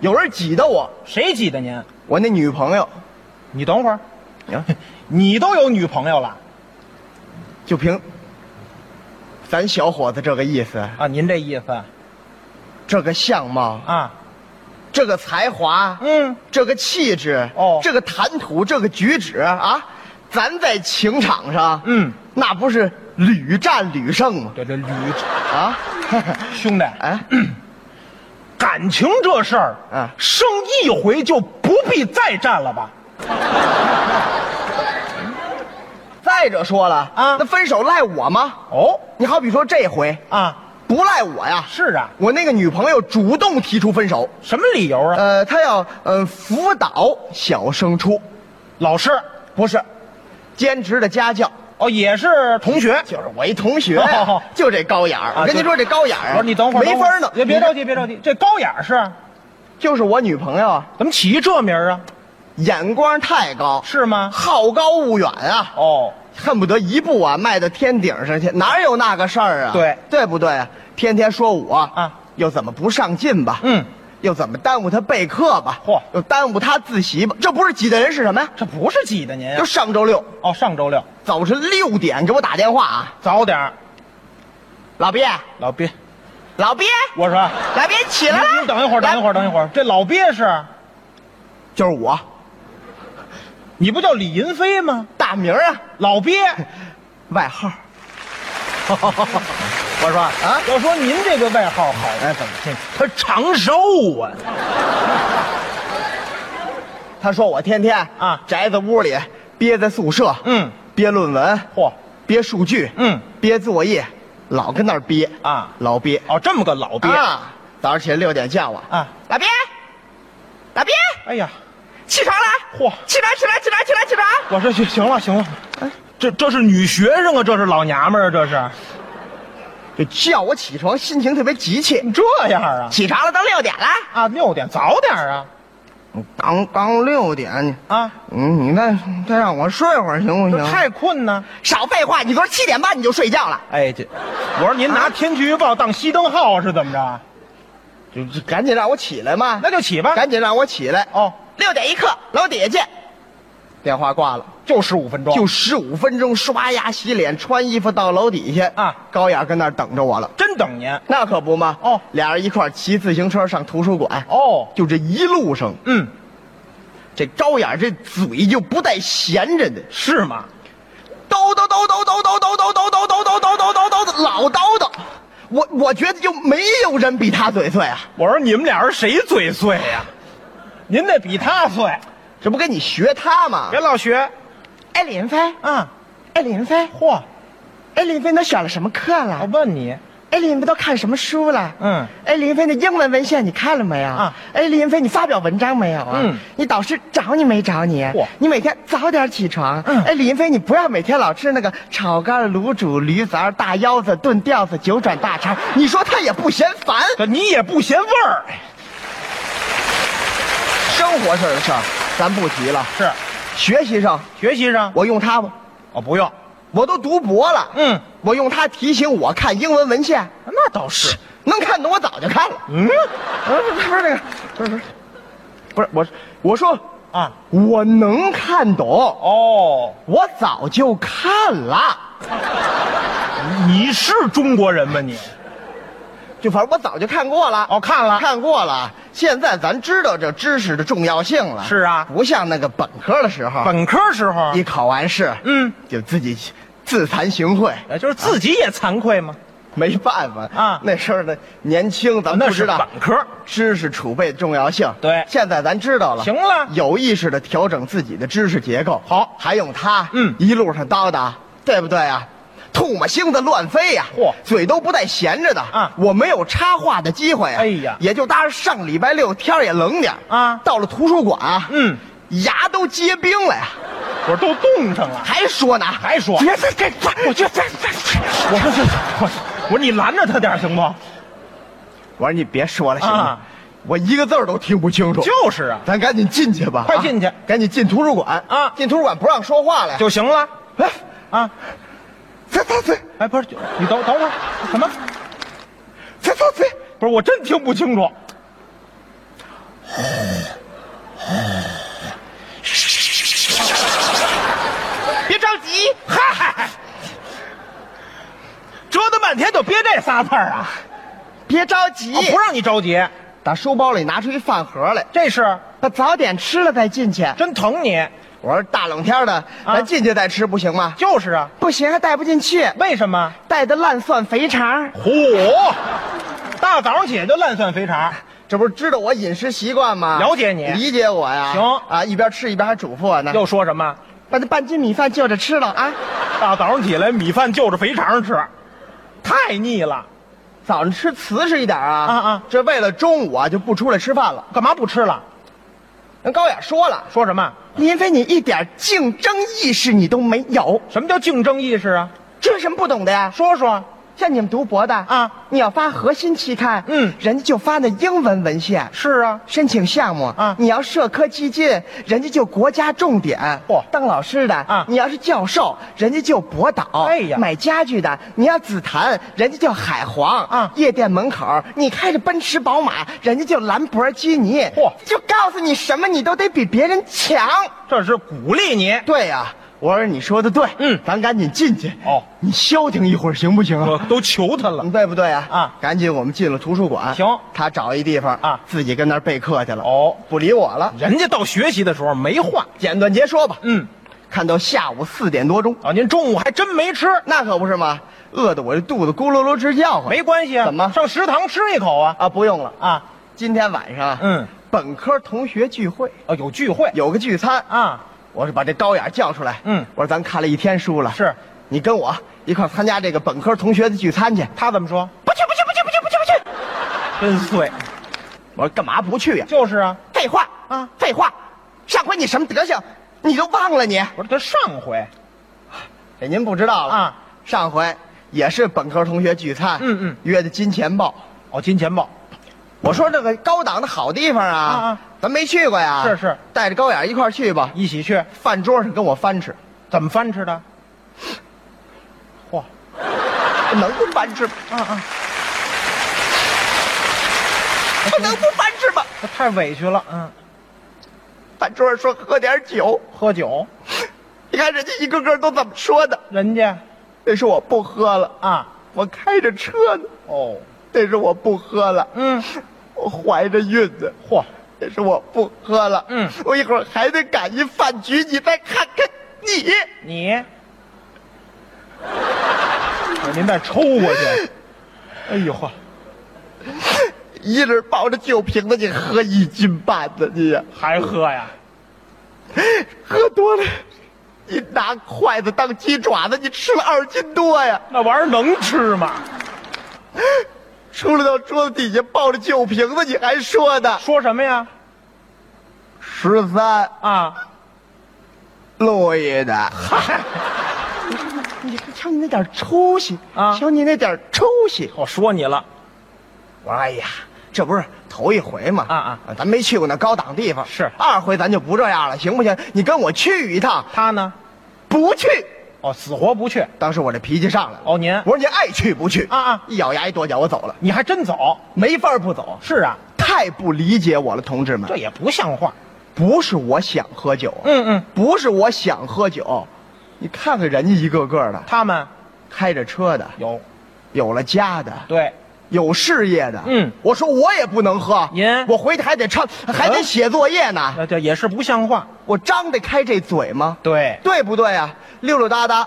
有人挤的我，谁挤的您？我那女朋友，你等会儿，你看， 你都有女朋友了就凭咱小伙子这个意思，啊？您这意思这个相貌，啊？这个才华，嗯，这个气质，哦这个谈吐，这个举止啊，咱在情场上，嗯，那不是屡战屡胜吗？这这驴啊，兄弟，哎， 感情这事儿，嗯胜一回就不必再战了吧？再者说了啊那分手赖我吗？哦，你好比说这回啊，不赖我呀，是啊，我那个女朋友主动提出分手，什么理由 啊？呃，她要呃辅导小升初，老师，不是，兼职的家教。哦，也是同学，就是我一同学呀、 哦就这高眼儿。啊我跟您就说，这高眼儿啊，不是你等会儿，没等会法儿弄。别别着急，别着急，这高雅是啊就是我女朋友啊，怎么起这名儿啊？眼光太高，是吗？好高骛远啊， 哦，恨不得一步啊迈到天顶上去，哪有那个事儿啊？对对不对？天天说我啊，又怎么不上进吧？嗯，又怎么耽误他备课吧？嚯哎又耽误他自习吧？这不是挤的人是什么呀？这不是挤的您啊就上周六哦，上周六早晨六点给我打电话啊，早点儿，老鳖，老鳖，老鳖，我说，老鳖起来您了，您等一会儿，等一儿，会儿，等一会儿，这老鳖是，啊就是我，你不叫李银飞吗？大名啊，老鳖，外号。 我说啊，要说您这个外号好，哎，怎么听？他长寿啊，他说我天天啊宅在屋里，憋在宿舍，嗯，憋论文，嚯，憋数据，嗯，憋作业，老跟那儿憋啊老憋哦，这么个老鳖，啊！早上起来六点叫我啊，老鳖，老鳖，哎呀，起床了，嚯起床，起床，起床，起床，起床！我说行行了行了，这这是女学生啊，这是老娘们儿啊，这是就叫我起床，心情特别急切。嗯这样啊起床了，都六点了，啊，六点早点儿啊刚刚六点，啊，嗯，你再再让我睡会儿行不这行？太困呢。少废话，你昨儿七点半你就睡觉了，哎，这，啊我说您拿天气预报当熄灯号是怎么着？啊就就赶紧让我起来嘛，那就起吧。赶紧让我起来。哦，六点一刻，楼底下见。电话挂了，就十五分钟，就十五分钟，刷牙、洗脸、穿衣服到楼底下啊高雅跟那儿等着我了，真等您。那可不嘛。哦俩人一块儿骑自行车上图书馆。哦，就这一路上，嗯，这高雅这嘴就不带闲着的，是吗？叨叨叨叨叨叨叨叨叨叨叨叨叨叨叨叨叨，老叨叨。我我觉得就没有人比他嘴碎啊，我说你们俩人谁嘴碎呀、您那比他碎，这不跟你学他吗别？老学哎，李云飞，啊。哎，李云飞，嚯，哎，李云飞都选了什么课了我？问你，哎，林飞都看什么书了？嗯，哎，林飞，那英文文献你看了没有？啊，哎，林飞，你发表文章没有啊？嗯，你导师找你没找你嚯？你每天早点起床。嗯哎，林飞，你不要每天老吃那个炒肝、卤煮、驴杂、大腰子、炖吊子、九转大肠，你说他也不嫌烦。可你也不嫌味儿。生活上的事儿咱不提了，是，学习上学习上我用它吧，我不用，我都读博了，嗯，我用它提醒我看英文文献，那倒是。能看懂我早就看了。啊，嗯不是不是那个，不是不是，不是我是我说啊，我能看懂，哦，我早就看了，你是中国人吗你？就反正我早就看过了，哦，看了，看过了。现在咱知道这知识的重要性了，是啊不像那个本科的时候，本科时候一，考完试，嗯，就自己自惭形秽，呃就是自己也惭愧吗？没办法啊那时候呢年轻，咱们哦那不是知道本科。知识储备的重要性。对现在咱知道了，行了有意识的调整自己的知识结构。好还用它，嗯一路上叨叨，对不对啊？唾沫星子乱飞呀、嚯嘴都不带闲着的啊我没有插话的机会呀、啊哎呀也就搭上上礼拜六天儿也冷点儿啊到了图书馆啊，嗯，牙都结冰了呀，我都冻上了。还说呢，还说别别别，我这这这，我说这，我我说你拦着他点儿行不？我说你别说了行吗啊？我一个字儿都听不清楚。就是啊，咱赶紧进去吧，快啊进去赶紧进图书馆啊进图书馆不让说话了，就行了哎，啊。擦擦嘴，哎，不是，就你等等会儿，什么？擦擦嘴，不是，我真听不清楚。仨字儿啊？别着急，哦不让你着急，打书包里拿出一饭盒来，这是把早点吃了再进去。真疼你。我说大冷天的，啊咱进去再吃不行吗？就是啊，不行，还带不进去，为什么？带的烂蒜肥肠。嚯，大早上起来就烂蒜肥肠，这不是知道我饮食习惯吗？了解你理解我呀。行啊，一边吃一边还嘱咐我呢，又说什么？把那半斤米饭就着吃了啊。大早上起来米饭就着肥肠吃，太腻了，早上吃瓷实一点啊。啊啊这为了中午啊就不出来吃饭了。干嘛不吃了？人高雅说了，说什么？林飞，你一点竞争意识你都没有，什么叫竞争意识啊？这有什么不懂的呀？说说，像你们读博的啊，你要发核心期刊，嗯人家就发那英文文献。是啊，申请项目啊你要社科基金，人家就国家重点。嚯当老师的啊你要是教授，人家就博导。哎呀买家具的你要紫檀，人家叫海皇。啊夜店门口你开着奔驰宝马，人家就兰博基尼。嚯就告诉你什么你都得比别人强。这是鼓励 你。对呀、我说你说的对，嗯咱赶紧进去。哦你消停一会儿行不行啊？我哦都求他了你。对不对啊？啊赶紧我们进了图书馆。行他找一地方啊自己跟那儿备课去了。哦不理我了。人家到学习的时候没换。简短截说吧，嗯，看到下午四点多钟，啊，您中午还真没吃，那可不是嘛，饿得我这肚子咕噜噜直叫唤。没关系啊。怎么上食堂吃一口啊？啊，不用了。啊，今天晚上，啊嗯，本科同学聚会哦，有聚会有个聚餐，啊？我是把这高雅叫出来。嗯我说咱看了一天书了，是，你跟我一块儿参加这个本科同学的聚餐去。他怎么说？不去，不去，不去，不去，不去，不去。真碎。我说干嘛不去呀？就是啊，废话啊废话，上回你什么德行，你都忘了你？不是他上回这哎您不知道了啊。上回也是本科同学聚餐，嗯嗯约的金钱豹。哦，金钱豹我说这个高档的好地方啊，啊啊咱没去过呀。是是，带着高雅一块儿去吧。一起去，饭桌上跟我翻吃，怎么翻吃的？嚯，能不翻吃吗？啊啊，不能不翻吃吗？这太委屈了。嗯，饭桌上说喝点酒，喝酒，你看人家一个个都怎么说的。人家那是我不喝了，啊，我开着车呢。哦，那是我不喝了，嗯，我怀着孕呢。嚯，那是我不喝了，嗯我一会儿还得赶一饭局，你再看看你。你， 哎您再抽过去。哎呦嚯，一人抱着酒瓶子，你喝一斤半呢，你呀还喝呀？喝多了，你拿筷子当鸡爪子，你吃了二斤多呀。那玩意儿能吃吗？出来到桌子底下抱着酒瓶子，你还说呢？说什么呀？十三啊，路易的，嗨， 你瞧你那点出息啊瞧你那点出息。我说你了，我说哎呀，这不是头一回吗？啊啊，咱没去过那高档地方，是二回咱就不这样了，行不行？你跟我去一趟，他呢？不去。哦，死活不去。当时我这脾气上来了，哦您我说您爱去不去啊啊一咬牙一跺脚，我走了，你还真走？没法不走，是啊，太不理解我了，同志们这，也不像话。不是我想喝酒，嗯嗯，不是我想喝酒，你看看人家一个个的，他们开着车的，有有了家的，对，有事业的，嗯我说我也不能喝，您我回去还得唱，还得嗯写作业呢，那这也是不像话。我张得开这嘴吗？对，对不对啊？溜溜达达，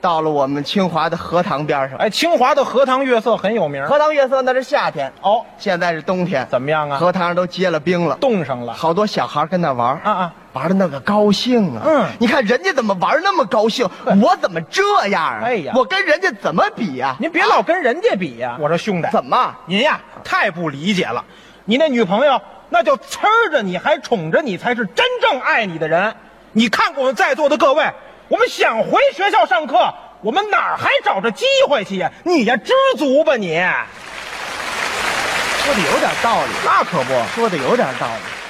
到了我们清华的荷塘边上。哎，清华的荷塘月色很有名。荷塘月色那是夏天，哦，现在是冬天，怎么样啊？荷塘上都结了冰了，冻上了。好多小孩跟那玩啊啊，玩的那个高兴啊。嗯你看人家怎么玩那么高兴，我怎么这样啊？哎呀我跟人家怎么比呀、您别老跟人家比呀、我说兄弟，怎么？您呀太不理解了。你那女朋友那就呲儿着你，还宠着你，才是真正爱你的人。你看过我们在座的各位，我们想回学校上课，我们哪儿还找着机会去呀？你呀知足吧你。啊说的有点道理，那可不，说的有点道理。哎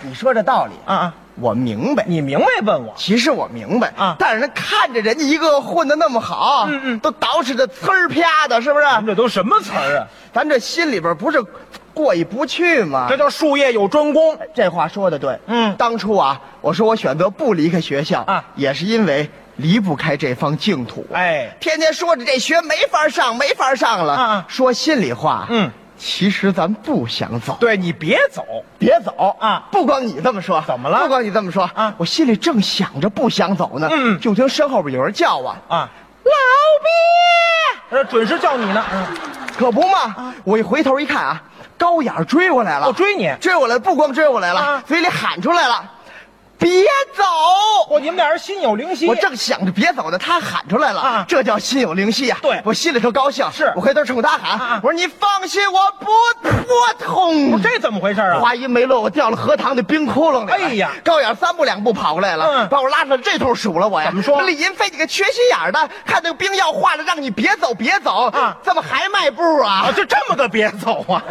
你说这道理，啊啊，我明白。你明白问我？其实我明白啊但是人看着人家一个个混的那么好，嗯嗯都捯饬的呲儿啪的，是不是？咱这都什么词儿啊？咱这心里边不是过意不去吗这？叫术业有专攻。这话说的对，嗯当初啊，我说我选择不离开学校啊也是因为离不开这方净土。啊哎天天说着这学没法上，没法上了。啊说心里话，嗯，其实咱不想走。对你别走，别走啊不光你这么说，怎么了不光你这么说啊我心里正想着不想走呢，嗯就听身后边有人叫啊，啊，老呃，准是叫你呢。嗯，毕，可不嘛！我一回头一看啊，高眼儿追过来了，我哦追你。追我来了，不光追我来了，啊嘴里喊出来了，别走！我你们俩人心有灵犀。我正想着别走呢，他喊出来了，啊这叫心有灵犀啊！对我心里头高兴，是我回头冲他喊，啊我说你放心，我不不痛。不是这怎么回事啊？话音没落，我掉了荷塘那冰窟窿里了。哎呀高眼三步两步跑过来了，嗯把我拉到这头数了我呀。怎么说李云飞，你个缺心眼儿的，看那个冰要化了，让你别走别走啊怎么还迈步啊？啊，就这么个别走啊！